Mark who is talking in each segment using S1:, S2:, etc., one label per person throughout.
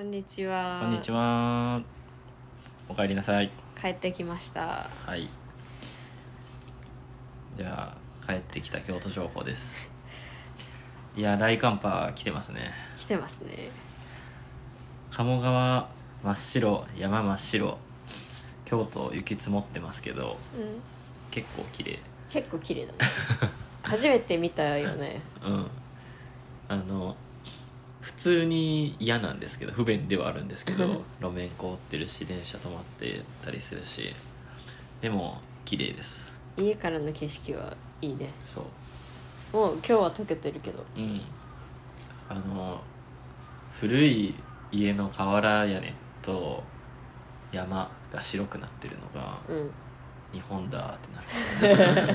S1: んにちは
S2: こんにちは。おかえりなさい。
S1: 帰ってきました
S2: はい。じゃあ帰ってきた京都情報です。いや大寒波来てますね。
S1: 来てますね
S2: 鴨川真っ白山真っ白京都雪積もってますけど
S1: うん
S2: 結構綺麗。
S1: 結構綺麗だね 初めて見たよね
S2: うん。あの普通に嫌なんですけど不便ではあるんですけど 路面凍ってるし電車止まってたりするしでも綺麗です。
S1: 家からの景色はいいね
S2: そう。
S1: もう今日は溶けてるけど
S2: うん、あの古い家の瓦屋根と山が白くなってるのが
S1: うんうん
S2: 日本だってなる、うん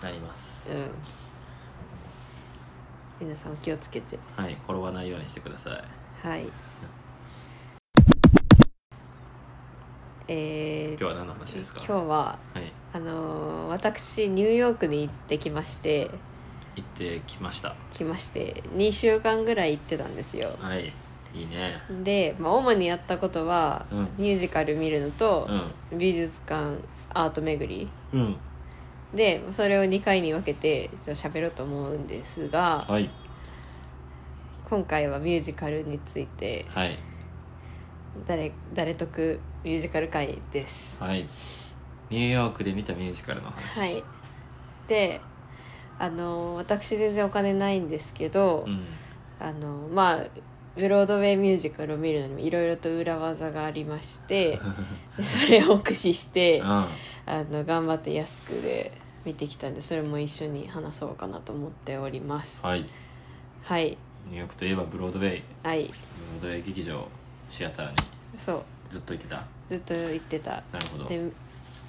S2: なります
S1: 皆さんお気をつけて
S2: はい転ばないようにしてください
S1: はいえ
S2: 今
S1: ー
S2: 日は何の話ですか
S1: 今日は
S2: はい
S1: あのー私ニューヨークに行ってきまして
S2: 行ってきました
S1: 来まして2週間ぐらい行ってたんですよ
S2: はいいいね
S1: で、まあ、主にやったことは、
S2: うん
S1: ミュージカル見るのと
S2: う、ん
S1: 美術館アート巡り
S2: うん
S1: でそれを2回に分けてちょっと喋ろうと思うんですが
S2: はい
S1: 今回はミュージカルについて
S2: はい
S1: 誰誰得ミュージカル会です。
S2: はいニューヨークで見たミュージカルの話
S1: はい、であの私全然お金ないんですけど、
S2: うん
S1: あのまあブロードウェイミュージカルを見るのにもいろいろと裏技がありましてでそれを駆使して
S2: うん
S1: あの頑張って安くで見てきたんでそれも一緒に話そうかなと思っております。
S2: はい
S1: はい、
S2: ニューヨークといえばブロードウェイ
S1: はい、
S2: ブロードウェイ劇場シアターに
S1: そう
S2: ずっと行ってた
S1: ずっと言ってた
S2: なるほど
S1: で、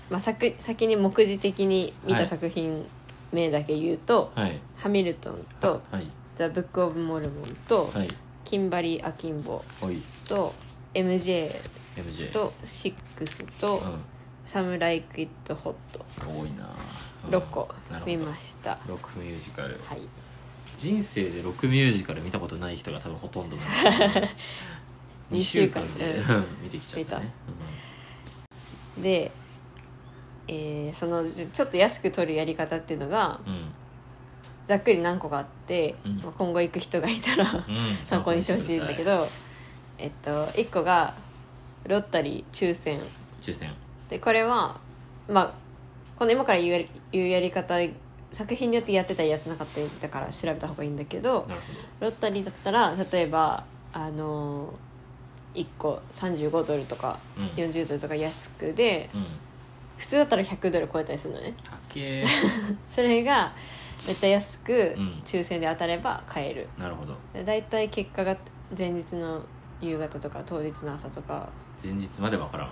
S1: まあ、作先に目次的に見
S2: は
S1: た
S2: い
S1: 作品名だけ言うと「
S2: はい
S1: ハミルトン」と
S2: はい
S1: 「ザ・ブック・オブ・モルモン」と
S2: はい
S1: 「キンバリー・アキンボ
S2: おい」
S1: と「MJ」
S2: MJ
S1: と「シックス」と「サムライ・クイッド・ホット
S2: うん、多いな」
S1: 6個
S2: なるほ
S1: 見
S2: ど
S1: ました
S2: ロックミュージカル、
S1: はい
S2: 人生でロックミュージカル見たことない人が多分ほとんどな んで2
S1: 二
S2: 週
S1: 週
S2: 間
S1: 間
S2: で、うん見てきちゃったね
S1: で、えーそのちょちょっと安く取るやり方っていうのが
S2: うん
S1: ざっくり何個かあって、
S2: うん
S1: まあ今後行く人がいたら
S2: うんうん
S1: 参考にしてほしいんだけ
S2: はい
S1: ど、えっと、1個がロッタリー抽選
S2: 抽選
S1: でこれはまあこの今から言うやり言うやり方作品によってやってたりやってなかったりだから調べた方がいいんだけど
S2: なる
S1: ロッタリーだったら例えばあの1個35ドルとか
S2: ほどうん
S1: 40ドルとか安くで
S2: うん
S1: 普通だったら100ドル超えたりするのね
S2: 高 え
S1: それがめっちゃ安く
S2: うん
S1: 抽選で当たれば買える
S2: なるほど
S1: で大体結果が前日の夕方とか当日の朝とか
S2: 前日までわからん
S1: うん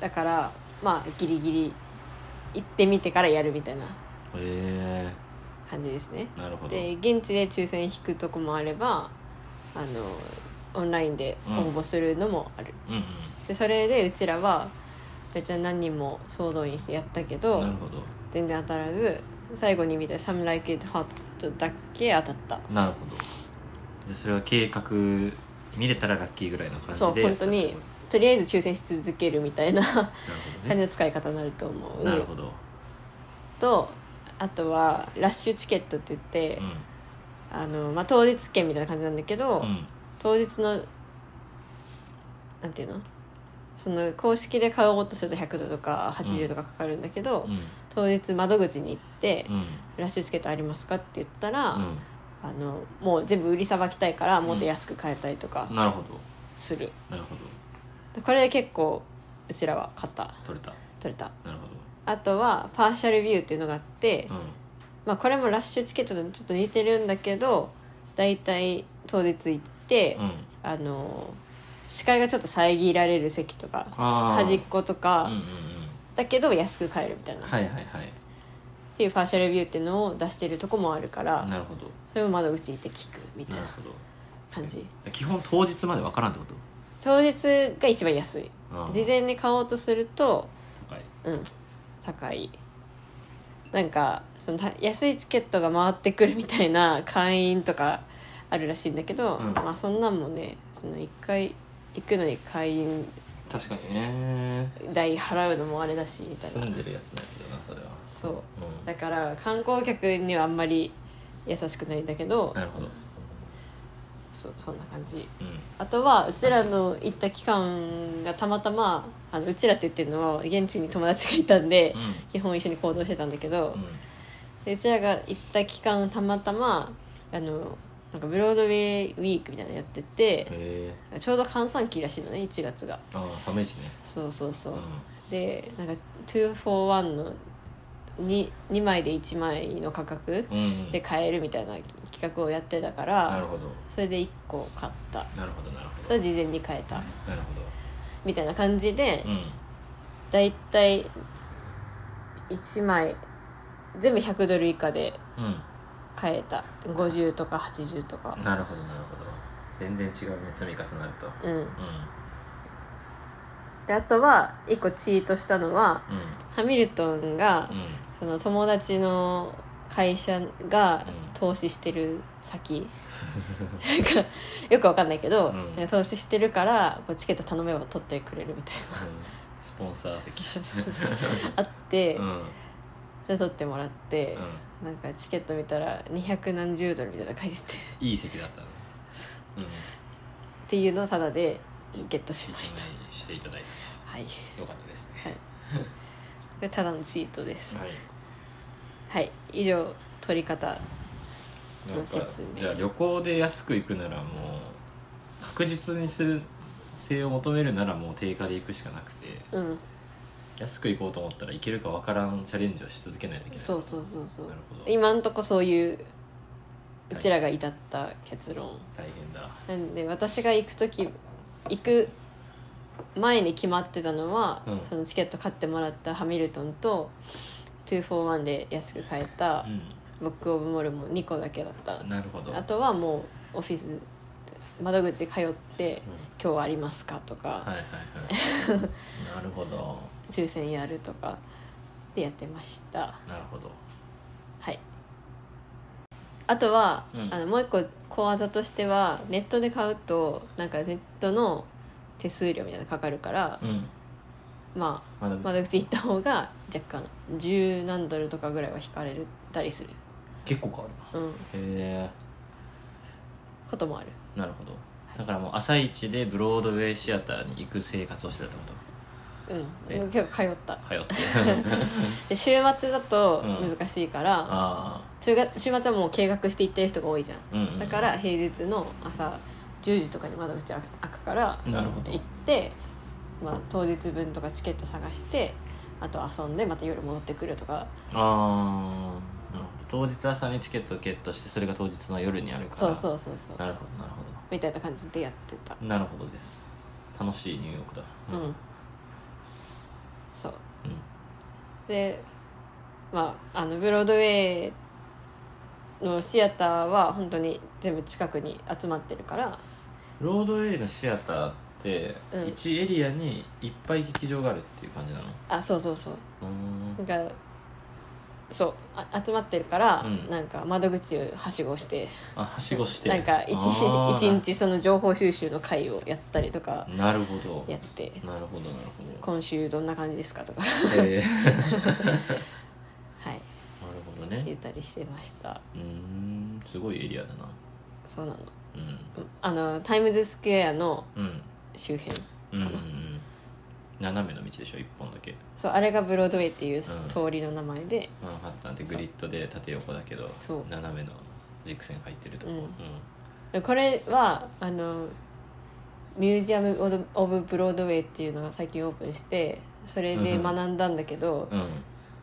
S1: だからまあギリギリ行ってみてからやるみたいな
S2: え
S1: 感じですね
S2: ー、なるほど
S1: で現地で抽選引くとこもあればあのオンラインで応募するのもある、
S2: うんうん
S1: でそれでうちらはめっちゃ何人も総動員してやったけど
S2: なるほど
S1: 全然当たらず最後に見た「サムライ・キッド・ハット」だけ当たった
S2: なるほどじゃあそれは計画見れたらラッキーぐらいの感じで
S1: そう本当にとりあえず抽選し続けるみたいな感じ
S2: なる
S1: の使い方になると思
S2: ほど
S1: う
S2: ねなるほど、
S1: とあとはラッシュチケットって言って、
S2: う
S1: あのまあ、当日券みたいな感じなんだけど、
S2: んうん、
S1: 当日のなんていうのその公式で買おうとすると100ドルとか80とかかかるんだけど、
S2: うん
S1: 当日窓口に行って
S2: うん
S1: 「ラッシュチケットありますか?」って言ったら、
S2: うん
S1: あのもう全部売りさばきたいからもっと安く買えたりとか
S2: なるほど
S1: する、
S2: なるほど
S1: でこれで結構うちらは買った
S2: 取れた
S1: 取れた
S2: なる
S1: あとはパーシャルビューっていうのがあって、
S2: ほど、うん、
S1: まあ、これもラッシュチケットとちょっと似てるんだけどだいたい当日行って、
S2: うん、
S1: あの視界がちょっと遮られる席とか
S2: あー
S1: 端っことか、
S2: うんうんうん
S1: だけど安く買えるみたいな、
S2: は
S1: っ
S2: いはいはい
S1: ていうパーシャルビューっていうのを出してるとこもあるから
S2: なるほど
S1: それも窓口行って聞くみたい
S2: な
S1: な
S2: るほど
S1: 感じ
S2: 基本当日までわからんってこと
S1: 当日が一番安い
S2: あー
S1: 事前に買おうとすると
S2: 高
S1: う
S2: い
S1: ん高い なんかそのた安いチケットが回ってくるみたいな会員とかあるらしいんだけど、
S2: うん
S1: まあそんなんもねその一回行くのに会員
S2: 確かにね
S1: 代払うのもあれだしみたい
S2: 住
S1: なん
S2: でるやつのやつだなそれは
S1: そう
S2: うん
S1: だから観光客にはあんまり優しくないんだけど
S2: なるほど
S1: そうそんな感じ
S2: うん
S1: あとはうちらの行った期間がたまたまあのうちらって言ってるのは現地に友達がいたんで
S2: う
S1: 基本一緒に行動してたんだけど、
S2: んうん
S1: でうちらが行った期間たまたまあのなんかブロードウェイウィークみたいなのやってて
S2: へえ
S1: ちょうど閑散期らしいのね1月が
S2: ああ寒いしね
S1: そうそうそうう、
S2: ん
S1: でなんか241の 2, 2枚で1枚の価格
S2: うん
S1: で買えるみたいな企画をやってたか
S2: なる
S1: ら
S2: ほど
S1: それで1個買った
S2: なるほどなるほど
S1: 事前に買えた
S2: なるほ
S1: みたいな感じで、
S2: どうん
S1: だいたい1枚全部100ドル以下で
S2: う
S1: 買えた50とか80とか
S2: んなるほどなるほど全然違うね積み重なると
S1: うん
S2: う
S1: であとは1個チートしたのは
S2: ん
S1: ハミルトンが
S2: うんうん
S1: その友達の会社が
S2: うん
S1: 投資してる先なんかよくわかんないけど、
S2: うん
S1: なんか投資してるからこうチケット頼めば取ってくれるみたい
S2: スポンサー席
S1: なそうそうあって、
S2: うんうん
S1: で取ってもらって、なんかチケット見たら2何十ドルみたいなの書いてて
S2: いい席だったねうん
S1: っていうのをタダでゲットしました
S2: 一枚にしていただいた
S1: はい
S2: とよかったですね
S1: これただのチートです
S2: はい
S1: はい以上取り方
S2: なんか
S1: 説明
S2: じゃあ旅行で安く行くならもう確実にする性を求めるならもう定価で行くしかなくて
S1: うん
S2: 安く行こうと思ったらいけるかわからんチャレンジをし続けないといけない
S1: そうそうそうそう
S2: なるほど
S1: 今んとこそういううちらが至った結論、
S2: 大変だ
S1: なんで私が行く時行く前に決まってたのは、
S2: うん
S1: そのチケット買ってもらったハミルトンと241で安く買えた
S2: う
S1: ブック・オブ・モルモン2個だけだった
S2: んなるほど
S1: あとはもうオフィス窓口通って
S2: うん
S1: 「今日はありますか?」とか、
S2: はいはい はいなるほど
S1: 抽選やるとかでやってました
S2: なるほど
S1: はいあとは、
S2: うん
S1: あのもう一個小技としてはネットで買うとなんかネットの手数料みたいなのかかるから、
S2: うん
S1: ま
S2: まだ
S1: あ窓口行った方が若干十何ドルとかぐらいは引かれたりする、
S2: 結構変わるな
S1: うん、
S2: へ
S1: こともある
S2: えなるほどだからもう朝一でブロードウェイシアターに行く生活をしてたってこと
S1: う
S2: え
S1: ん結構通った
S2: 通っ て
S1: で週末だと
S2: うん
S1: 難しいから、
S2: ああ
S1: 週が週末はもう計画して行ってる人が多いじゃん、
S2: うんうん
S1: だから平日の朝10時とかに窓口開くから
S2: なるほど
S1: 行って、まあ、当日分とかチケット探してあと遊んでまた夜戻ってくるとか
S2: ああなるほど当日朝にチケットをゲットしてそれが当日の夜にあるから
S1: そうそううそうそう
S2: なるほどなるほ
S1: みたいな感じでやってた
S2: どなるほどです楽しいニューヨークだ
S1: うん、
S2: うん
S1: そうでまああのブロードウェイのシアターは本当に全部近くに集まってるから
S2: ロードウェイのシアターって
S1: うん
S2: 1エリアにいっぱい劇場があるっていう感じなの
S1: あそうそうそう
S2: うーん
S1: なんかそうあ集まってるから、
S2: うん
S1: なんか窓口をはしごして
S2: あはしごして
S1: なんか一
S2: あー
S1: 日一日その情報収集の会をやったりとか
S2: なるほど
S1: やって
S2: なるほどなるほど
S1: 今週どんな感じですかと か
S2: へえなる
S1: はい
S2: ほど
S1: 言
S2: ね
S1: ったりしてました
S2: うーんすごいエリアだな
S1: そうなの
S2: うん
S1: うんあのタイムズスクエアの
S2: うん
S1: 周辺
S2: うんうんうん斜めの道でしょ一本だけ
S1: そうあれがブロードウェイっていう
S2: うん
S1: 通りの名前で、
S2: マンハッタンってグリッドで縦横だけど
S1: そう
S2: 斜めの軸線入ってるとこ、
S1: うん
S2: うん
S1: でこれはあのミュージアム・オブ・オブブロードウェイっていうのが最近オープンしてそれで学んだんだけど、
S2: うん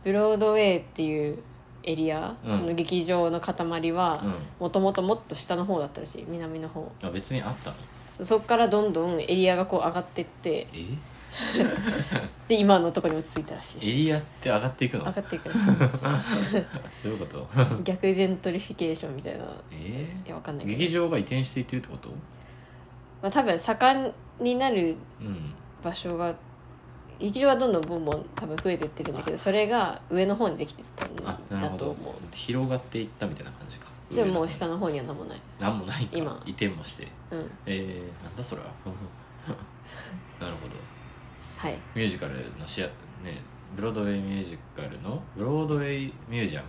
S1: ブロードウェイっていうエリア、
S2: うん
S1: その劇場の塊は
S2: うん
S1: もともともっと下の方だったらしい南の方
S2: あ別にあったの
S1: そそっからどんどんエリアがこう上がってって
S2: え
S1: で今のとこに落ち着いたらし
S2: エ
S1: い
S2: リアって上がっていくの
S1: 上が
S2: ど
S1: っていくらしいう
S2: いうこと
S1: 逆ジェントリフィケーションみたいな、
S2: え
S1: いやわかんないけど
S2: 劇場が移転していってるってこと
S1: まあ、多分盛んになる
S2: うん
S1: 場所が劇場はどんどんボンボン多分増えていってるんだけどそれが上の方にできてたん
S2: あなる
S1: だ
S2: ほ
S1: と
S2: ど
S1: 思う
S2: 広がっていったみたいな感じか
S1: でももう下の方には何もない
S2: 何もないか
S1: 今
S2: 移転もして
S1: うん
S2: えー、なん だそれはなるほど
S1: はい
S2: ミュージカルのシアねブロードウェイミュージカルのブロードウェイミュージアム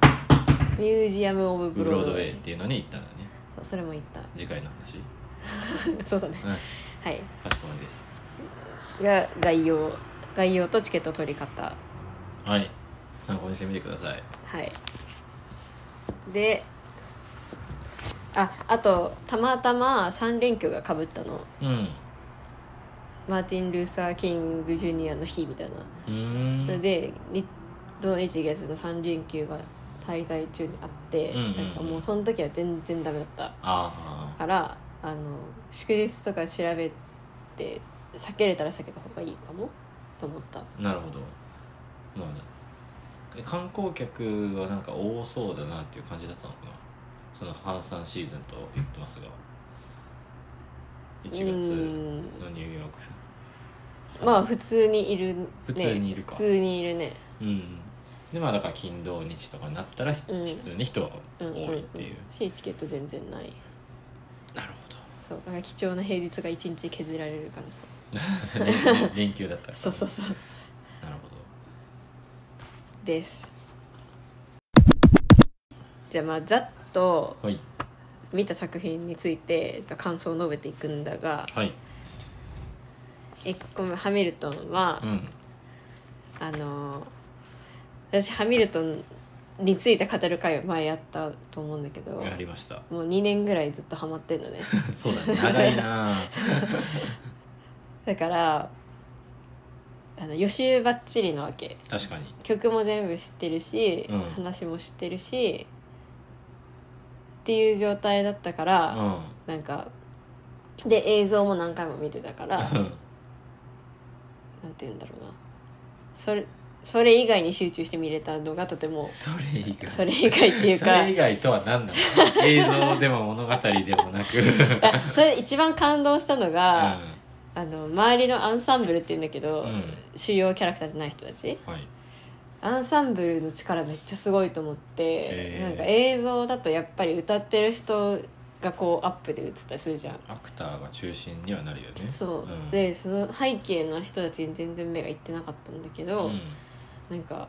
S1: ミュージアム・オブ・ブ
S2: ブ
S1: ロ
S2: ロ
S1: ー
S2: ー
S1: ド
S2: ド
S1: ウ
S2: ウ
S1: ェ
S2: ェ
S1: イ
S2: イっていうのに行ったのね
S1: そうそれも言った
S2: 次回の話
S1: そうだね
S2: うん
S1: はい
S2: かしこまりです
S1: が概要概要とチケット取り方
S2: はい参考にしてみてください
S1: はいでああとたまたま3連休がかぶったの
S2: うん
S1: マーティン・ルーサー・キング・ジュニアの日みたいな
S2: うー
S1: の
S2: ん
S1: で日土日月の3連休が滞在中にあって、
S2: うんうんうん
S1: なんかもうその時は全然ダメだった
S2: あ
S1: からあの祝日とか調べて避けれたら避けた方がいいかもと思った
S2: あなるほどまあねえ観光客はなんか多そうだなっていう感じだったのかなそのハンサンシーズンと言ってますが1月
S1: うん
S2: のニューヨーク
S1: まあ普通にいるね
S2: 普通にいるか
S1: 普通にいるね
S2: うんでまあだから金土日とかになったらひ、
S1: うん
S2: 普通に人は多
S1: うんうん
S2: いってい
S1: う
S2: う、
S1: んしチケット全然ない
S2: なる
S1: そうだから貴重な平日が一日削られるからさ
S2: ほど連休 連休だったら
S1: そうそうそう
S2: なるほど
S1: ですじゃあまあざっと
S2: はい
S1: 見た作品についてちょっと感想を述べていくんだが
S2: はい
S1: 1個目「ハミルトンは」
S2: うん
S1: あの私ハミルトンについて語る回を前やったと思うんだけど
S2: やりました
S1: もう2年ぐらいずっとハマってんのね
S2: そう だね長いな
S1: だからあの予習ばっちりなわけ
S2: 確かに
S1: 曲も全部知ってるし、
S2: うん
S1: 話も知ってるしっていう状態だったから、
S2: う
S1: なんかで映像も何回も見てた から
S2: ん
S1: なんて言うんだろうなそれそれ以外に集中して見れたのがとても
S2: それ以外
S1: それ以外っていう
S2: そ
S1: か
S2: れ以外とは何なの映像でも物語でもなく
S1: あそれ一番感動したのが、
S2: う
S1: あの周りのアンサンブルって言うんだけど、
S2: うん
S1: 主要キャラクターじゃない人たち
S2: んはい
S1: アンサンブルの力めっちゃすごいと思って、
S2: へー
S1: なんか映像だとやっぱり歌ってる人がこうアップで映ったりするじゃん
S2: アクターが中心にはなるよね
S1: そう、
S2: ん
S1: でその背景の人たちに全然目がいってなかったんだけ
S2: う
S1: ど、
S2: ん
S1: なんか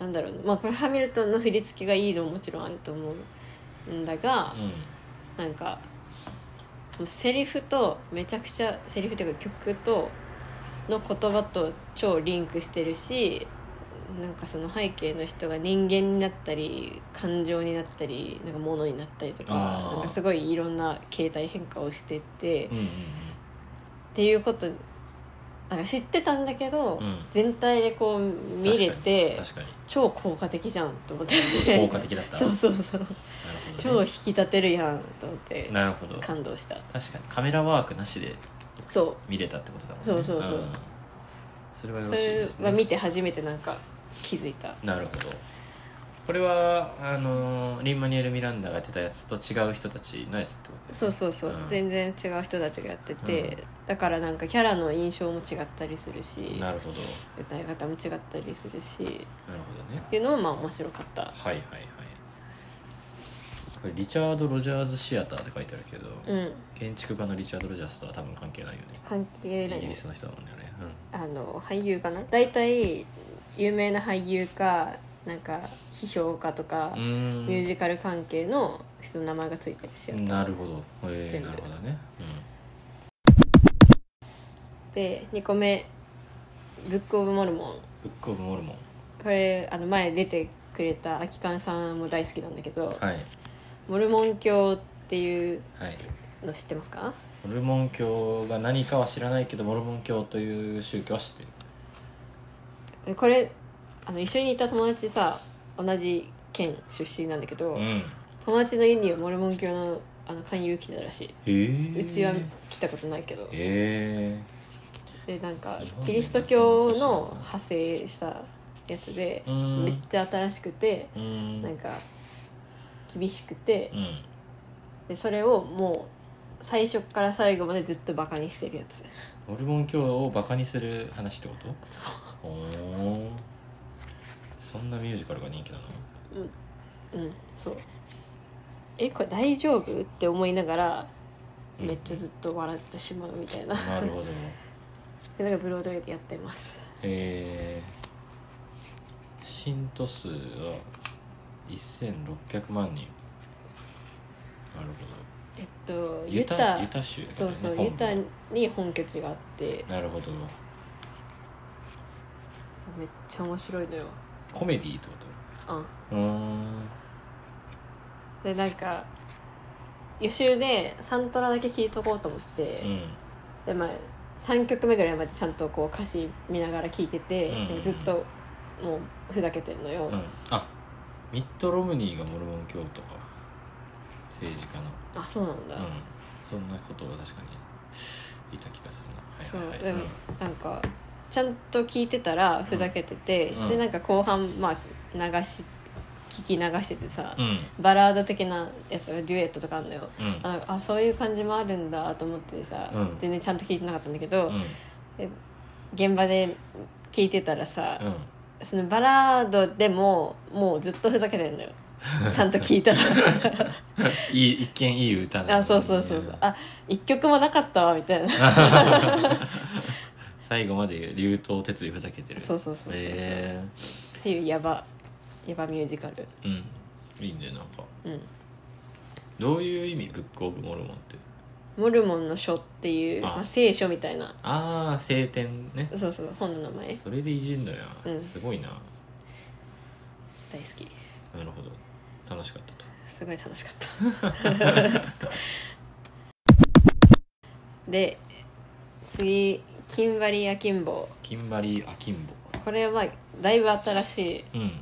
S1: なんだろうなまあこれハミルトンの振り付けがいいのももちろんあると思うんだが、なんかセリフとめちゃくちゃセリフというか曲との言葉と超リンクしてるしなんかその背景の人が人間になったり感情になったりなんか物になったりとか
S2: あー
S1: なんかすごいいろんな形態変化をしてて、
S2: うん
S1: っ
S2: うん
S1: ていうことなんか知ってたんだけど、
S2: うん
S1: 全体でこう
S2: うん
S1: 見れて
S2: 確かに
S1: 超効果的じゃんと思って
S2: 確か に効果的だった
S1: そうそうそう
S2: なるほ
S1: 超
S2: ど、
S1: 引
S2: ね、
S1: き立てるやんと思って
S2: なるほど
S1: 感動した
S2: 確かにカメラワークなしで
S1: そう
S2: 見れたってことだもんね
S1: そうそうそうん
S2: それはよ
S1: そ
S2: ろしいで
S1: れ
S2: す
S1: は
S2: ね
S1: 見て初めてなんか気づいた
S2: なるほどこれはあのーリン・マニュエル・ミランダがやってたやつと違う人たちのやつってことです
S1: そうそうそう、
S2: うん
S1: 全然違う人たちがやってて、
S2: うん
S1: だからなんかキャラの印象も違ったりするし
S2: なるほど
S1: 歌い方も違ったりするしっ
S2: なるほどね
S1: ていうのもまあ面白かった
S2: はいはいはいこれリチャード・ロジャーズ・シアターって書いてあるけど、
S1: うん
S2: 建築家のリチャード・ロジャーズとは多分関係ないよね
S1: 関係な
S2: イギ
S1: い
S2: リスの人だもんねあれう
S1: あの俳優かな大体有名な俳優かなんか批評家とか、
S2: んうーん
S1: ミュージカル関係の人の名前がついたりして
S2: なるほどへえ
S1: 全部
S2: なるほどね、
S1: で2個目「ブック・オブ・モルモン」
S2: うん、ブック・オブ・モルモン
S1: これあの前出てくれた空き缶さんも大好きなんだけど、
S2: はい
S1: モルモン教っていう
S2: はい
S1: の知ってますか
S2: モルモン教が何かは知らないけどモルモン教という宗教は知ってる
S1: これあの一緒にいた友達さ同じ県出身なんだけど、
S2: うん
S1: 友達の家にはモルモン教のあの勧誘来てたらし
S2: へえ
S1: い、うちは来たことないけど
S2: へえ
S1: でなんか
S2: 日本で
S1: キリスト教の派生したやつで
S2: うん
S1: めっちゃ新しくて
S2: うーん
S1: なんか厳しくて
S2: うん
S1: でそれをもう最初から最後までずっとバカにしてるやつ
S2: モルモン教をバカにする話ってこと
S1: そう
S2: おーそんなミュージカルが人気なの
S1: うんうんそうえこれ大丈夫って思いながら
S2: うん
S1: めっちゃずっと笑ってしまうみたいな、
S2: な るほど
S1: でなんかブロードウェイでやってます
S2: えー、信徒数は1600万人なるほ
S1: えっと
S2: ど
S1: ユ
S2: ユ
S1: タ
S2: タユタ州だか
S1: そ
S2: ら
S1: う
S2: ね
S1: そう
S2: 本
S1: ユ
S2: 部
S1: タに本拠地があって
S2: なるほど
S1: めっちゃ面白いのよ
S2: コメディーってこ
S1: うん
S2: とうーん
S1: でなんか予習でサントラだけ聴いとこうと思って、
S2: うん
S1: でまあ3曲目ぐらいまでちゃんとこう歌詞見ながら聴いてて、
S2: うん
S1: なんかずっともうふざけてんのよ、
S2: うんあミット・ロムニーがモルモン教徒か政治家の
S1: あそうなんだ、
S2: うんそんなことを確かに言った気がす
S1: そ
S2: る
S1: う
S2: なはいは
S1: で
S2: いはい
S1: もなんかちゃんと聞いてたらふざけてて、
S2: うん
S1: でなんか後半まあ流し聞き流しててさ、
S2: うん
S1: バラード的なやつがデュエットとかあるのよ
S2: うん
S1: ああそういう感じもあるんだと思ってさ、
S2: うん
S1: 全然ちゃんと聞いてなかったんだけど、
S2: うん
S1: で現場で聞いてたらさ、
S2: うん
S1: そのバラードでももうずっとふざけてんのよちゃんと聞いたら
S2: いい一見いい歌なのに
S1: あそうそうそうそうあ一曲もなかったわみたいな
S2: 最後まで流頭鉄尾ふざけてる
S1: そうそうそうそうそう
S2: え
S1: っていうやばやばミュージカル
S2: えうんいいねなんか
S1: うん
S2: どういう意味ブック・オブ・モルモンって
S1: モルモンの書っていう
S2: あ
S1: まあ、聖書みたいな
S2: ああ聖典ね
S1: そうそう本の名前
S2: それでいじんのや、
S1: うん
S2: すごいな
S1: 大好き
S2: なるほど楽しかったと
S1: すごい楽しかった で次「金バリアキンボ
S2: キンバリー・アキンボ」
S1: これはまあだいぶ新しい
S2: うん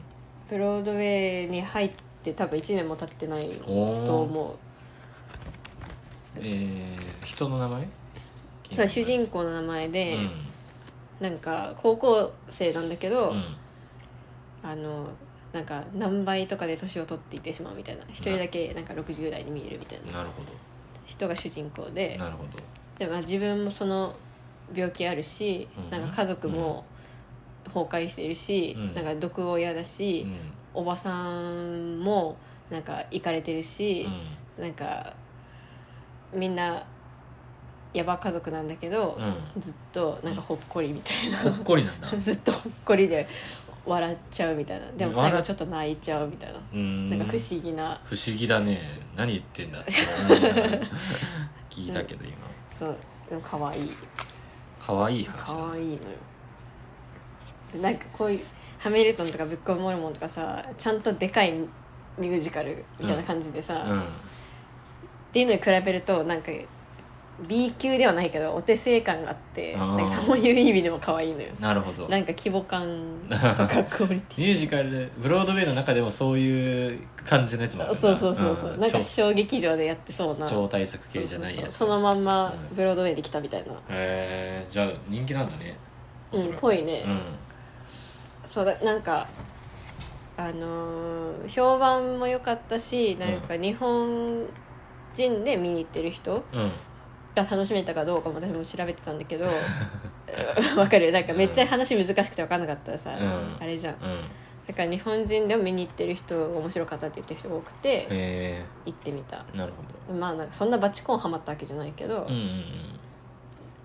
S1: ブロードウェイに入って多分1年も経ってないと
S2: おお
S1: 思
S2: えー、人の名前
S1: うそう主
S2: 公
S1: 人公の名前で、なんか高校生なんだけど、
S2: うん、うん
S1: あのなんか何倍とかで年を取っていってしまうみたいな一人だけなんか60代に見えるみたいな
S2: なるほ
S1: 人が主人公
S2: ど
S1: で
S2: なるほど
S1: で、まあ、自分もその病気あるし、
S2: うん
S1: なんか家族も崩壊してるし、
S2: うん
S1: なんか毒親だし、
S2: うん
S1: おばさんもなんか行かれてるし、なんかみんなヤバ家族なんだけど
S2: う、ん
S1: ずっとなんかほっこりみたいな、
S2: うんほっこりなん だ
S1: ずっとほっこりで笑っちゃうみたいなでも最後
S2: 笑っ
S1: ちょっと泣いちゃうみたいな、
S2: うん
S1: なんか不思議な
S2: 不思議だね何言って んだって思いながら聞いたけど今
S1: そうでも可愛い
S2: 可愛い話だ
S1: 可愛いのよなんかこういう「ハミルトン」とか「ブック・オブ・モルモン」とかさちゃんとでかいミュージカルみたいな感じでさ、
S2: うん
S1: っていうのに比べるとなんか B 級ではないけどお手製感があって
S2: あー
S1: なんかそういう意味でも可愛いのよ
S2: なるほど
S1: な
S2: ミ
S1: んか規模感とかク オリテ
S2: ュージカルでブロードウェイの中でもそういう感じのやつもある
S1: ィ
S2: な
S1: そうそうそうそう、
S2: ん
S1: なんか
S2: 超
S1: 小劇場でやってそうな
S2: 超対策系じゃないやつ
S1: そうそうそうそのまんま
S2: うん
S1: ブロードウェイで来たみたいな、
S2: へえじゃあ人気なんだね
S1: うん
S2: おそらく
S1: ぽいね
S2: う
S1: そうだなんかあのー評判も良かったしなんか日本人で見に行ってる人
S2: んうん
S1: が楽しめたかどうかも私も調べてたんだけど うんわかるなんかめっちゃ話難しくて分かんなかったらさ、
S2: うん
S1: あれじゃん
S2: うんへ
S1: だから日本人でも見に行ってる人面白かったって言ってる人が多くて
S2: え
S1: 行ってみた
S2: なるほ
S1: まあなんかそんなバチコンハマったわけじゃないけど、
S2: どうんう んうん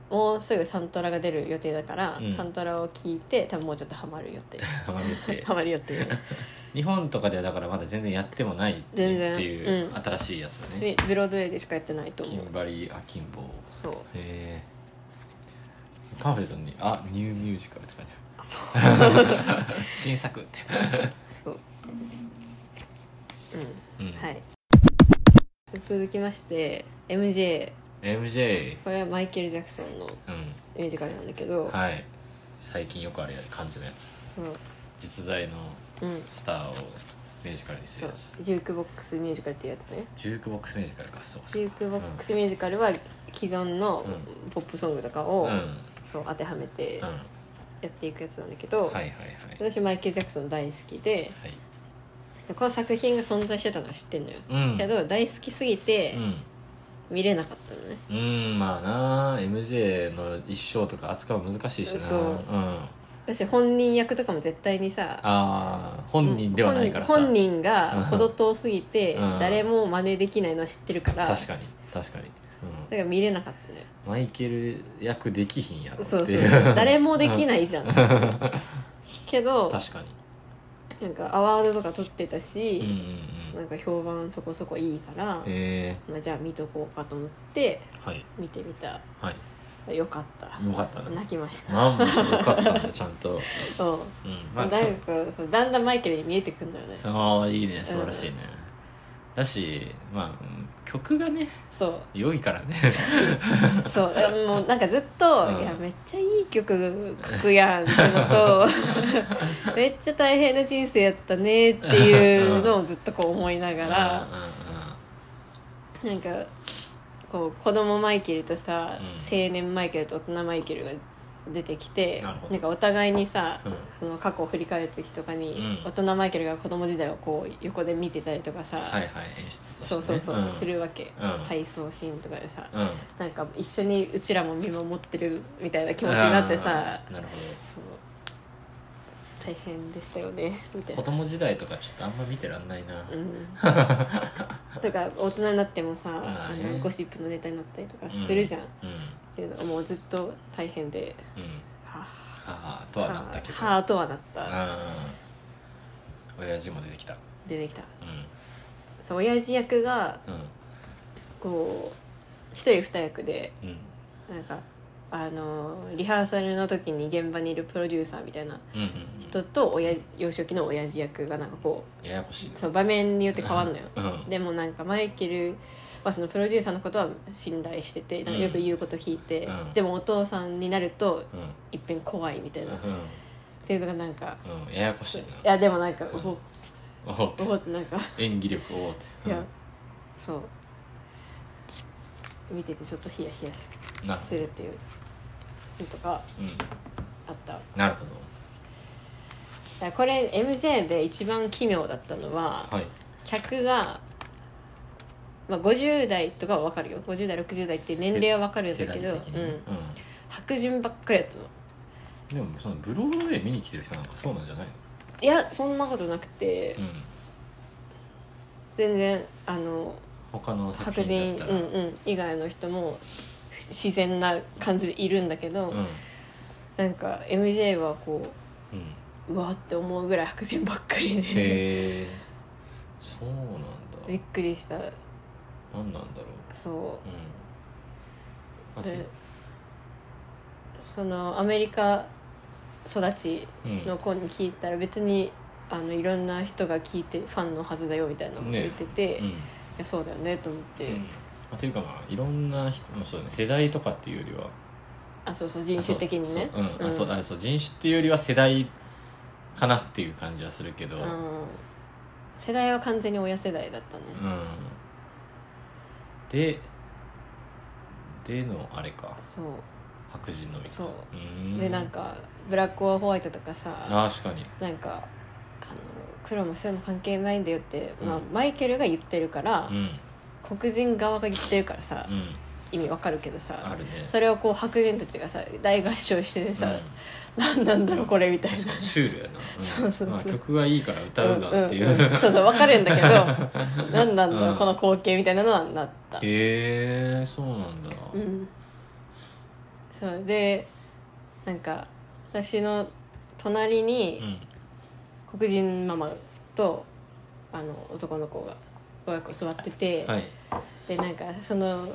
S1: もうすぐサントラが出る予定だから、
S2: うん
S1: サントラを聞いて多分もうちょっとハマる予定
S2: ハマるって
S1: ハマる予定
S2: 日本とかではだからまだ全然やってもないって
S1: 全然
S2: いう
S1: うん
S2: 新しいやつだ
S1: で
S2: ね
S1: ブロードウェイでしかやってないと
S2: キ
S1: 思う
S2: ンバリー・アキンボ
S1: そう
S2: へえパンフレットに「あニューミュージカル」って書いてある
S1: そ
S2: 新作って
S1: そう
S2: うん、
S1: うんはい続きまして MJ
S2: MJ
S1: これはマイケル・ジャクソンの
S2: うん
S1: ミュージカルなんだけど、
S2: はい最近よくある感じのやつ
S1: そう
S2: 実在の
S1: うん
S2: スターをミュージカルにす
S1: そ
S2: る
S1: う
S2: やつ
S1: ジュークボックスミュージカルっていうやつね
S2: ジュークボックスミュージカルかそう
S1: ジ
S2: そう
S1: ュークボックスミュージカルは既存の
S2: う
S1: ポップソングとか
S2: う
S1: を、
S2: ん、うん、
S1: そう当てはめて
S2: うん
S1: や
S2: は
S1: っていくやつなんだけど、
S2: いはいはいはい
S1: 私マイケル・ジャクソン大好きででこの作品が存在してたのは知ってんのよ、
S2: うん
S1: けど大好きすぎて
S2: うん
S1: 見れなかったのね、
S2: うんまあな MJ の一生とか扱うの難しいしな
S1: そう
S2: うん
S1: 私本人役とかも絶対にさ
S2: ああ本人ではないからさ
S1: 本本人が程遠すぎて
S2: うん
S1: 誰も真似できないのは知ってるから
S2: 確かに確かに、
S1: だから見れなかったね
S2: うん、マイケル役できひんやろってい
S1: そうそうそう誰もで き
S2: い
S1: ないじゃんけど
S2: 確かに
S1: なんかアワードとか取ってた
S2: うんうん
S1: し、
S2: う
S1: なんんか評判そこそこいいから、
S2: え
S1: まあ、じゃあ見とこうかと思って
S2: ー、はい
S1: 見てみた
S2: はい
S1: よかった
S2: よかったね
S1: 泣きました
S2: なんもよかったんだちゃんと、
S1: そう、
S2: うん、まあ
S1: だいぶこうそうだんだんマイケルに見えてくんだよね
S2: ああいいね素晴らしいね、だしまあうん曲がね
S1: そう
S2: 良いからね
S1: そうだからもうなんかずっと、
S2: うん
S1: いやめっちゃいい曲書くやんっての とめっちゃ大変な人生やったねっていうのをずっとこう思いなが ら、なんかこう子供マイケルとさ、
S2: うん
S1: 青年マイケルと大人マイケルが出てきて
S2: なるほど
S1: んかお互いにさ、
S2: うん
S1: その過去を振り返る時とかに、
S2: うん
S1: 大人マイケルが子供時代をこう横で見てたりとかさ、
S2: はいはい演出としてね
S1: そうそうそう、
S2: ん
S1: するわけ、
S2: うん
S1: 体操シーンとかでさ、
S2: うん
S1: なんか一緒にうちらも見守ってるみたいな気持ちになってさ
S2: あーなるほ
S1: そう大変でしたよねみた
S2: ど
S1: い
S2: 子
S1: な。
S2: 供時代とかちょっとあんま見てらんないな、
S1: うん とか大人になってもさ
S2: あ
S1: あ
S2: ーね
S1: のゴシップのネタになったりとかするじゃん、っ
S2: うん
S1: ていうのがもうずっと大変で
S2: うん
S1: は
S2: はあと
S1: あ
S2: はなったけど
S1: はあとはなった
S2: うん親父も出てきた
S1: 出てきた
S2: うん
S1: そう親父役が
S2: う
S1: こう一人二役で
S2: んうん
S1: なんかあのリハーサルの時に現場にいるプロデューサーみたいな
S2: うんうん
S1: 人と親父幼少期の親父役がなんかこう
S2: ややこしいね
S1: そう場面によって変わんのよ
S2: うん
S1: でもなんかマイケルはそのプロデューサーのことは信頼しててなんかよく言うこと聞いて、
S2: うん
S1: でもお父さんになると
S2: うん
S1: いっぺん怖いみたいな、っ
S2: う
S1: ていうのがなんか
S2: んうんややこしい
S1: い
S2: な
S1: やでもなんか、
S2: う
S1: うんお
S2: おおって
S1: おなんか
S2: 演技力をって
S1: いや、
S2: うん
S1: そう見ててちょっとヒヤヒ
S2: な
S1: ヤするっていうのとか
S2: うん
S1: あっただか
S2: なるほど
S1: らこれ MJ で一番奇妙だったのは、
S2: はい
S1: 客が、まあ、50代とかは分かるよ50代60代って年齢は分かるんだけど、
S2: 世代的に
S1: う
S2: ね
S1: ん、白人ばっかりやったの
S2: うんでもそのブロードウェイ見に来てる人なんかそうなんじゃないの
S1: いやそんなことなくて、
S2: うん
S1: 全然あの
S2: 他の作
S1: 白
S2: 品
S1: 人、
S2: だ
S1: う
S2: っ
S1: ん
S2: たら
S1: うん、以外の人もふ自然な感じでいるんだけど、
S2: うん
S1: なんか MJ はこ
S2: うん
S1: ううわって思うぐらい白人ばっかりで、
S2: へえそうなんだ
S1: びっくりした
S2: 何なんだろ
S1: そう
S2: うんあ
S1: う
S2: そう
S1: でそのアメリカ育ち
S2: うん
S1: の子に聞いたら別にあのいろんな人が聞いてファンのはずだよみたいなのを言ってて、
S2: う
S1: い
S2: ん
S1: やそうだよねと思って、
S2: うんまあ、というかまあいろんな人もそうだね世代とかっていうよりは
S1: あそうそう人種的にね
S2: あそうそううんあそうあそう人種っていうよりは世代かなっていう感じはするけど、
S1: う
S2: うんん
S1: 世代は完全に親世代だったね、
S2: ででのあれか
S1: そう
S2: 白人のみか
S1: そう
S2: うーん
S1: でなんかブラックオアホワイトとかさ
S2: あ確かに
S1: なんかあの黒も白も関係ないんだよって、まあ
S2: うん、
S1: マイケルが言ってるから
S2: う、ん
S1: 黒人側が言ってるからさ、
S2: うん
S1: 意味わかるけどさ
S2: あるね
S1: それをこう白人たちがさ大合唱してて
S2: う
S1: さ
S2: ん
S1: 「何なんだろうこれ」みたいな
S2: 確かにシュールやな、ん
S1: そうそうそう
S2: まあ、曲がいいから歌うがっていう、
S1: んんんそうそうわかるん だけど何なんだろう、
S2: うん
S1: この光景みたいなのはなった
S2: へえそうなんだ、
S1: うんそうでなんか私の隣
S2: う
S1: に
S2: ん
S1: 黒人ママとあの男の子が親子座ってて、
S2: はい
S1: でなんかその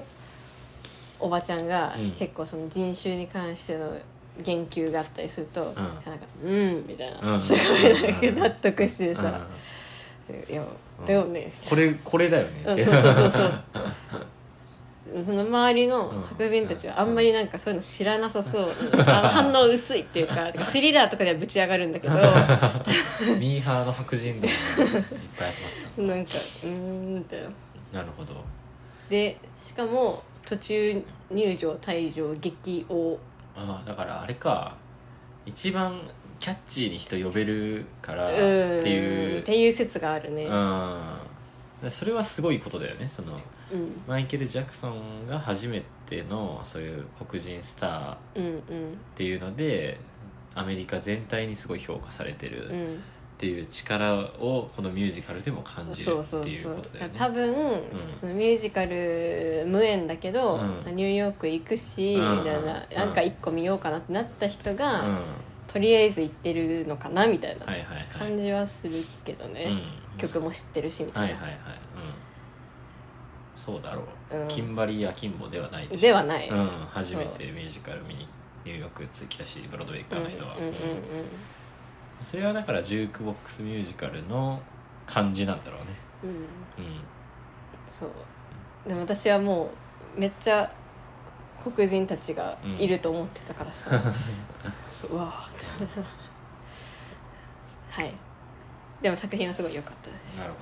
S1: おばちゃんが
S2: うん
S1: 結構その人種に関しての言及があったりすると、なんか「うん」みたいな、
S2: うん
S1: すごいなんか納得して
S2: うん
S1: さ「いやだよね」
S2: これこれだよね
S1: う
S2: っ
S1: ん
S2: て
S1: そうそうそうそう その周りの白人たちはあんまりなんかそういうの知らなさ そう、あの反応薄いっていうかスリラーとかではぶち上がるんだ けどな
S2: ミーハーの白人でいっぱい集まって
S1: んか「うーん」みたいな。
S2: たなるほど
S1: でしかも途中入場退場激応
S2: ああだからあれか一番キャッチーに人呼べるから
S1: う
S2: っ
S1: ん
S2: ていう
S1: っ、ていう説があるね、
S2: うん、それはすごいことだよねその
S1: うん
S2: マイケル・ジャクソンが初めてのそういう黒人スターっ
S1: うんうん
S2: ていうのでアメリカ全体にすごい評価されてる、
S1: うん
S2: っていう力をこのミュージカルでも感じる
S1: そう
S2: っ
S1: そう
S2: ていう
S1: そ
S2: こ
S1: う
S2: とだよね
S1: 多分、そのミュージカル無縁だけど、
S2: うん
S1: ニューヨーク行くし、
S2: うん
S1: みたいな
S2: うん
S1: なんか一個見ようかなってなった人
S2: うん
S1: が、
S2: は
S1: とりあえず行ってるのかなみたいない
S2: はいはい
S1: 感じはするけどね、
S2: うん
S1: 曲も知ってるしみた
S2: はいい
S1: な、
S2: はいはい、うん、そうだ
S1: う
S2: ろう、
S1: ん
S2: キンバリーやキンボではないでしょ
S1: ではない、
S2: うん、初めてミュージカル見にニューヨーク来たしブロードウェイかの人は、
S1: うんうんうん
S2: うんそれはだからジュークボックスミュージカルの感じなんだろうね
S1: うん、うん、
S2: うん
S1: そうでも私はもうめっちゃ黒人たちがいると思ってたからさ、うわーってはいでも作品はすごい良かったです
S2: なる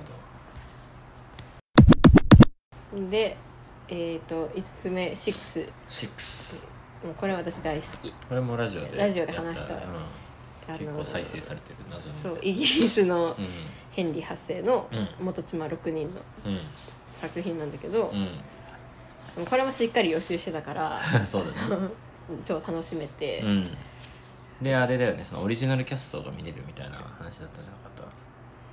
S2: ほ
S1: でえっ、と5つ目6
S2: ど6
S1: もうこれ私大好き
S2: これもラジオで
S1: ラジオで話した
S2: やっ
S1: あ
S2: うん
S1: の
S2: 結構再生されてる謎に
S1: そうイギリスの
S2: う
S1: ヘンリー8世の
S2: うん
S1: 元妻6人の
S2: んうん
S1: 作品なんだけど、
S2: う
S1: でもこれもしっかり予習してた から
S2: んそうだね
S1: 超楽しめて、
S2: うんであれだよねそのオリジナルキャストが見れるみたいな話だったじゃなかっ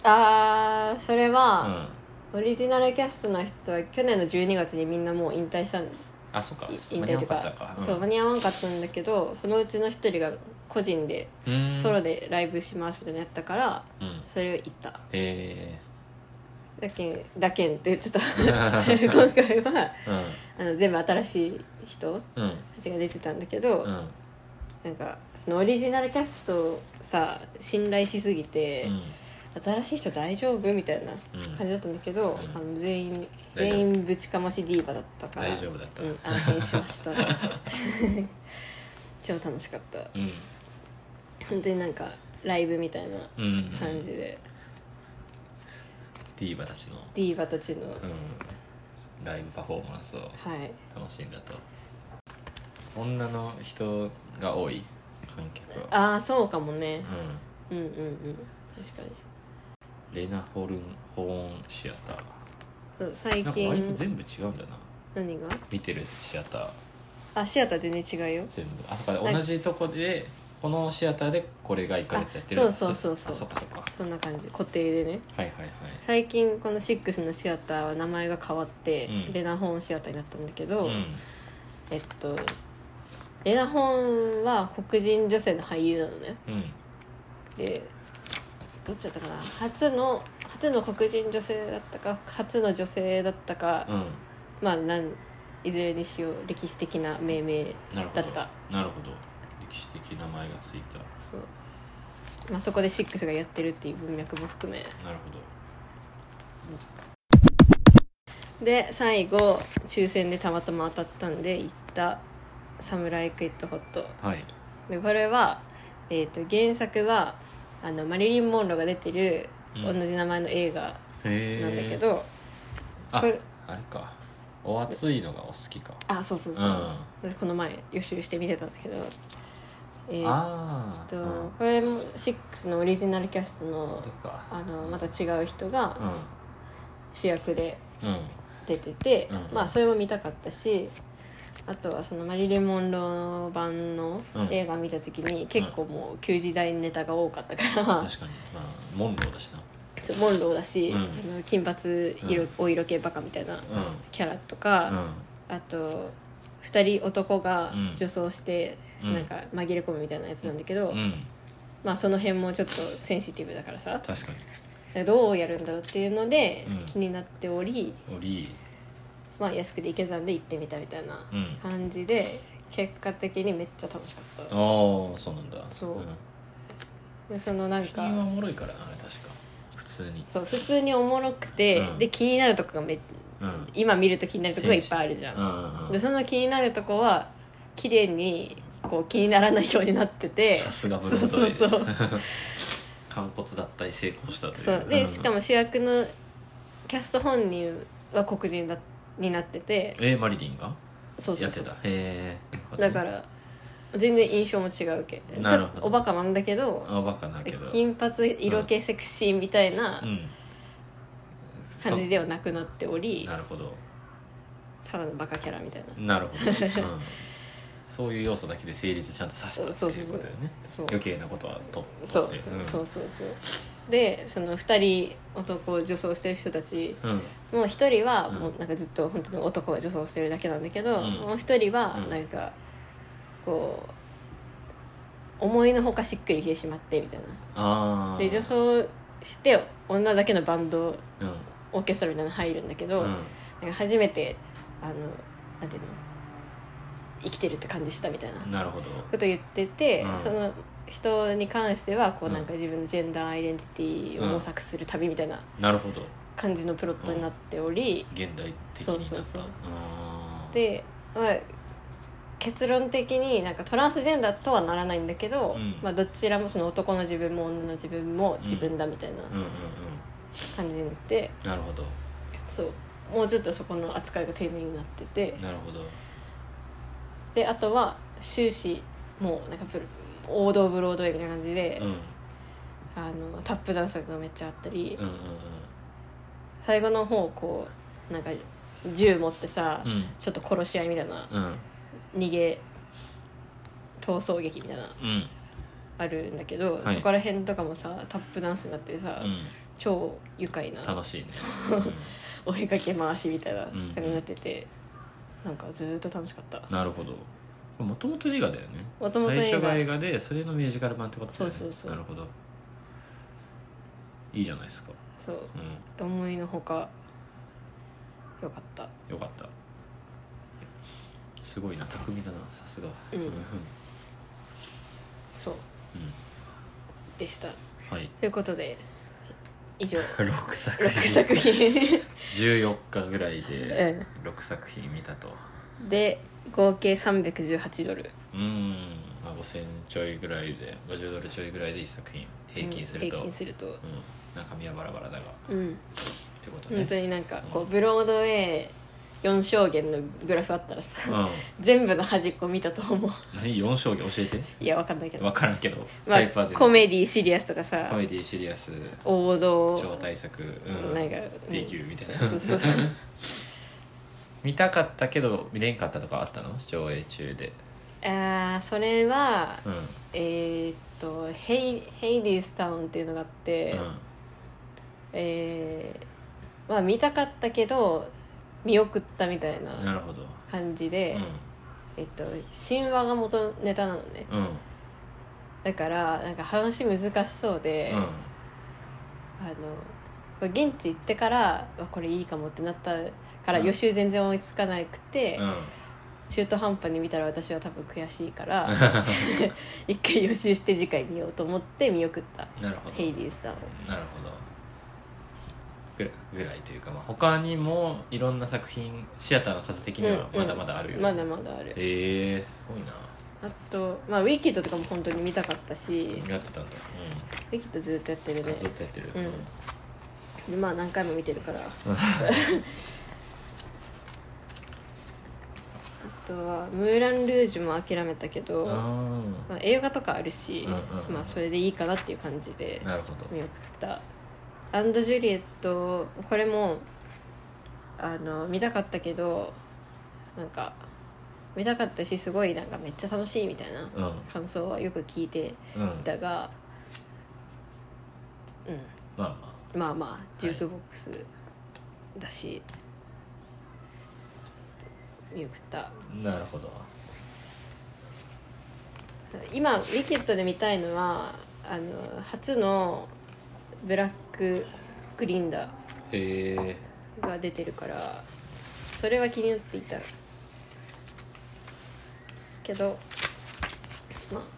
S1: あーそれ
S2: たう
S1: は、
S2: ん
S1: オリジナルキャストの人は去年の12月にみんなもう引退したん
S2: あそっか
S1: 引退という
S2: 間に合わな
S1: か
S2: ったかうん
S1: そう間に合わんかったんだけどそのうちの一人が個人で
S2: うん
S1: ソロでライブしますみたいなのやったから、
S2: うん
S1: それを行った
S2: え
S1: だけんだけんって言っちゃっ
S2: え
S1: た今回は
S2: う
S1: あの全部新しい人
S2: んうん
S1: たちが出てたんだけど、
S2: うん
S1: なんかそのオリジナルキャストをさ信頼しすぎて、新しい人大丈夫みたいな
S2: うん
S1: 感じだったんだけど、
S2: うん
S1: あの全員
S2: 大丈夫
S1: 全員ぶちかましディーバだったから
S2: 大丈夫だった
S1: うん、安心しました 超楽しかった
S2: うん
S1: 本当になんかライブみたいな
S2: うん
S1: 感じで、
S2: ディーバたちの
S1: ディーバたちの、
S2: うんライブパフォーマンスを
S1: はい
S2: 楽しんだと女の人が多い観客は
S1: ああそうかもね
S2: う、ん
S1: うん、うんうん確かに
S2: レナ・ホルン・ホーン・シアター
S1: そう最
S2: なんか割と
S1: 近
S2: 全部違うんだな
S1: 何が
S2: 見てるシアター
S1: あシアター全然違うよ
S2: 全部あそこ
S1: は
S2: で
S1: い
S2: 同じとこでこのシアターでこれが1か月やってるんです
S1: あそうそうそうそう
S2: あそっかそっか
S1: そんな感じ固定でね
S2: はいはいはい
S1: 最近この6のシアターは名前が変わって、
S2: うん
S1: レナホーンシアターになったんだけど、
S2: うん
S1: えっとレナホーンは黒人女性の俳優なのね
S2: うん
S1: でどっちだったかな初の初の黒人女性だったか初の女性だったか、
S2: うん
S1: まあなんいずれにしよう歴史的な命名
S2: なるほ
S1: だ
S2: ど
S1: った
S2: なるほど歴史的名前がついた
S1: そう、まあ、そこで6がやってるっていう文脈も含め
S2: なるほど
S1: で最後抽選でたまたま当たったんで行った「サムライ・クイット・ホット
S2: はい」
S1: でこれは、えー、と原作はあのマリリン・モンローが出てる
S2: う
S1: 同
S2: ん
S1: じ名前の映画
S2: へえ
S1: なんだけど、
S2: あ
S1: これ
S2: あれかお熱いのがお好きか
S1: あそうそうそう、
S2: う
S1: 私この前予習して見てたんだけどえーっ
S2: ああ
S1: と、
S2: うん
S1: これも6のオリジナルキャストの
S2: これか
S1: あのまた違う人が
S2: う
S1: 主役で
S2: んうん
S1: 出てて、
S2: うん
S1: まあそれも見たかったしあとはそのマリリン・モンロー版の映画見た時に結構もう旧時代ネタが多かったから、
S2: 確かにまあモンローだしな
S1: そうモンローだし、
S2: うん
S1: あの金髪色、
S2: うん
S1: お色気バカみたいな
S2: うん
S1: キャラとか、
S2: う
S1: あと2人男が
S2: うん
S1: 女装して、
S2: うん
S1: なんか紛れ込むみたいなやつなんだけど、
S2: んうん
S1: まあその辺もちょっとセンシティブだからさ
S2: 確かに
S1: どうやるんだろうっていうので
S2: うん
S1: 気になっており、
S2: おり
S1: まあ、安くて行けたんで行ってみたみたいな
S2: うん
S1: 感じで結果的にめっちゃ楽しかった
S2: ああそうなんだ
S1: そうんでそのなん
S2: 金はお
S1: か
S2: もろいからなあれ確か普通に
S1: そう普通におもろくて、
S2: うん
S1: で気になるとこがめ
S2: うん
S1: 今見ると気になるとこがいっぱいあるじゃん
S2: うんうんう
S1: で
S2: ん
S1: その気になるとこは綺麗にこう気にならないようになってて
S2: さすがブロードウェイです
S1: そうそう
S2: 完骨脱退成功したという
S1: そうでしか
S2: も
S1: も主役のキャスト本人は黒人だになってて
S2: えマリリンが
S1: そうそ
S2: や
S1: う
S2: って
S1: そう
S2: たへえ
S1: だから全然印象も違うわけち
S2: なる
S1: ょ
S2: ほど
S1: っとおバカなんだけど
S2: あバカだけど
S1: 金髪色気セクシーみたいな
S2: うん
S1: 感じではなくなっており
S2: なるほど
S1: ただのバカキャラみたいな
S2: なるほど、うん そういう要素だけで成立ちゃんとさせたっていうことよね
S1: そう
S2: 余計なことはと
S1: そう
S2: 取ってん、
S1: そうそうそうでその2人男を女装してる人たち
S2: うん
S1: もう1人は
S2: うん
S1: もうなんかずっと本当に男が女装してるだけなんだけど、
S2: うん
S1: もう1人は
S2: うん
S1: なんかこう思いのほかしっくりしてしまってみたい
S2: あ
S1: な
S2: あ
S1: で女装して女だけのバンド
S2: うん
S1: オーケストラみたいなの入るんだけど、
S2: うん
S1: なんか初めてあのなんていうの生きてるって感じしたみたいな
S2: なるほど
S1: ことを言ってて、
S2: うん
S1: その人に関してはこう
S2: うん
S1: なんか自分のジェンダーアイデンティティを模索する旅みたいな
S2: なるほど
S1: 感じのプロットになっており、
S2: 現代的
S1: そう
S2: に
S1: そ
S2: な
S1: う
S2: った
S1: そう
S2: あー
S1: で、まあ、結論的になんかトランスジェンダーとはならないんだけど、
S2: うん
S1: まあ、どちらもその男の自分も女の自分も自分だみたいな
S2: うんうんうん
S1: 感じになって、
S2: なるほど
S1: そうもうちょっとそこの扱いが丁寧になってて。
S2: なるほど
S1: であとは終始もうなんかブロ王道ブロードウェイみたいな感じで、
S2: うんうん
S1: あのタップダンスがめっちゃあったり、
S2: うん
S1: 最後の方こうなんか銃持ってさ、
S2: うん
S1: ちょっと殺し合いみたいな
S2: うんうん
S1: 逃げ逃走劇みたいな
S2: うん
S1: あるんだけど、
S2: はい
S1: そこら辺とかもさタップダンスになってさ、
S2: うん
S1: 超愉快な
S2: 楽しいね
S1: 追いかけ回しみたいな
S2: うん
S1: 感じになってて、なんかずーっと楽しかった
S2: うんなるほどもともと映画だよね
S1: 元々映画
S2: 最初が映画でそれのミュージカル版ってことだよね
S1: そうそうそう
S2: なるほどいいじゃないですか
S1: そう
S2: うん
S1: 思いのほかよかった
S2: よかったすごいな巧みだなさすが
S1: うん
S2: うん
S1: そうでした
S2: はい
S1: ということで以 上
S2: 6作
S1: 6
S2: 品
S1: 作品
S2: 14日ぐらいで
S1: え
S2: 6作品見たと
S1: で合計318ドル
S2: うん、まあ、5000ちょいぐらいで50ドルちょいぐらいで1作品平均する
S1: うん
S2: と、うん、
S1: 平均すると
S2: 中身はバラバラだがっ
S1: うん
S2: てことね
S1: 本当になんかこう
S2: うん
S1: ブロードウェイ4証言のグラフあったらさ、
S2: う
S1: 全部の端っこ見たと思うん
S2: 何4将棋教えて
S1: いやわかんないけど、
S2: 分からんけど、
S1: ま
S2: タイプは
S1: あ、
S2: 全然
S1: コメディシリアスとかさ
S2: コメディシリアス
S1: 王道
S2: 超大作、うん、
S1: なんか
S2: B 級みたいな、
S1: そうそうそう
S2: 見たかったけど見れんかったとかあったの上映中で
S1: あーそれは
S2: うん、
S1: えーっとヘイ「ヘイディースタウン」っていうのがあって、
S2: うん
S1: えーまあ見たかったけど見送ったみたい
S2: な
S1: な
S2: るほど、
S1: 感じで、えっと、神話が元ネタなのね
S2: うんうん
S1: だからなんか話難しそうで、
S2: うん
S1: あの現地行ってからわこれいいかもってなったから
S2: うん
S1: 予習全然追いつかなくて、
S2: うん
S1: 中途半端に見たら私は多分悔しいから 一回予習して次回見ようと思って見送った
S2: なる
S1: 「
S2: ほど
S1: ヘイディースタウン
S2: なるほどぐらいぐらいというか、まあ、他にもいろんな作品シアターの数的には
S1: うん
S2: まだまだあるよ、
S1: まだまだある
S2: へえー、すごいな
S1: あと、まあ、ウィキッドとかも本当に見たかったし
S2: やってたんだ、
S1: ウィキッドずっとやってる
S2: うん
S1: ね
S2: ずっとやってる、
S1: うんでまあ何回も見てるから あとは「ムーラン・ルージュ」も諦めたけど、
S2: あ
S1: まあ、映画とかあるし、
S2: うんうんうん
S1: まあ、それでいいかなっていう感じで
S2: あなるほど
S1: 見送った「アンド・ジュリエット」これもあの見たかったけどなんか見たかったしすごいなんかめっちゃ楽しいみたいな
S2: うん
S1: 感想はよく聞いて
S2: うん
S1: だがうん
S2: まあま
S1: まあまあジュークボックスだし、見送った
S2: あなるほど
S1: 今「ウィケット」で見たいのはあの初のブラックグリンダ
S2: へえ
S1: ーが出てるからそれは気になっていたけどまあは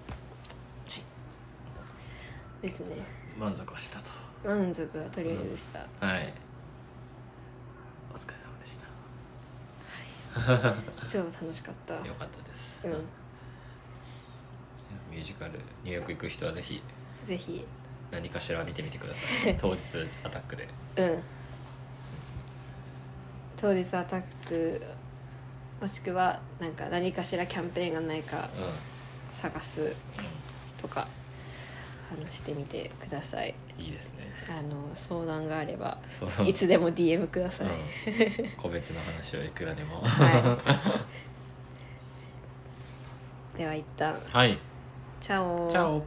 S1: いですね
S2: 満足はしたと
S1: 満足はとりあえずした、
S2: はいお疲れ様でした
S1: 超楽しかった
S2: よかったです、
S1: うん
S2: ミュージカルニューヨーク行く人はぜひ
S1: ぜひ
S2: 何かしら見てみてくださ い当日アタックで
S1: うん当日アタックもしくはなんか何かしらキャンペーンがないか
S2: うん、うん
S1: 探すとかあのしてみてください
S2: いいですね
S1: あの相談があれば
S2: そう
S1: いつでも DM ください、
S2: うん個別の話はいくらでも
S1: はいでは一旦
S2: はい
S1: チャオ
S2: チャオ